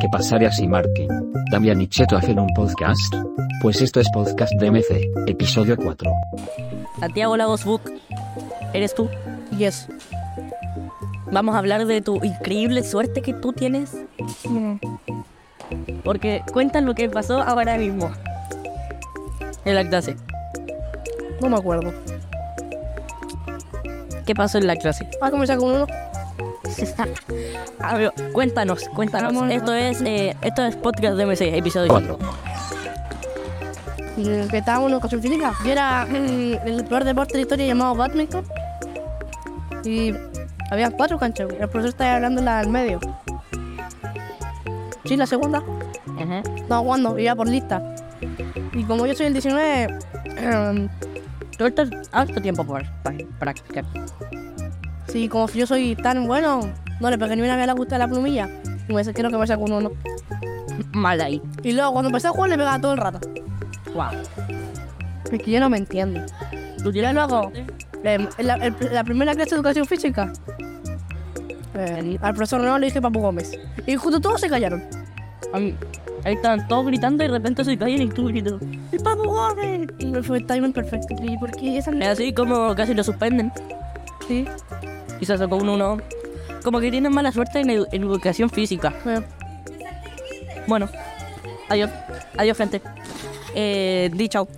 ¿Qué pasaría si Marky, Damian y Cheto hacen un podcast? Pues esto es Podcast DMC, episodio 4. Santiago Lagos Book, ¿eres tú? Yes. Vamos a hablar de tu increíble suerte que tú tienes, Mm. porque cuentan lo que pasó ahora mismo. En la clase. No me acuerdo. ¿Qué pasó en la clase? Ah, comenzar con uno. Amigo, cuéntanos, cuéntanos. Vamos, esto es eh, esto es podcast DMC, episodio 4. 4. Y el que estábamos en educación física. Yo era mm, el peor deporte de la historia llamado badminton. Y había cuatro canchas. El profesor estaba hablando la del medio. Sí, la segunda. Estaba jugando, iba por lista. Y como yo soy el 19, em, Tuviste harto tiempo por- para practicar. sí, como yo soy tan bueno, no le pegué ni una vez a la gusta de la plumilla. Y me dice, quiero que vaya con uno. Mal ahí. Y luego cuando empecé a jugar le pegaba todo el rato. Wow. Es que yo no me entiendo. ¿Tú tienes luego? Eh, la, el- la primera clase de educación física. eh, al profesor no le dije Papu Gómez. Y justo todos se callaron. Ahí estaban todos gritando y de repente se caen y tú gritas. ¡El Papu Gómez! Y me fue timing perfecto. ¿Y por qué esa Es así como casi lo suspenden. Sí. Quizás sacó un uno. Como que tienen mala suerte en, edu- en educación física. eh, Bueno, adiós. Adiós, gente. Eh, di chao.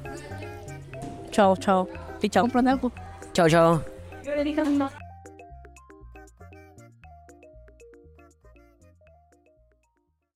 chao, chao. Di chao. Comprate algo. Chao, chao. Yo le dije no.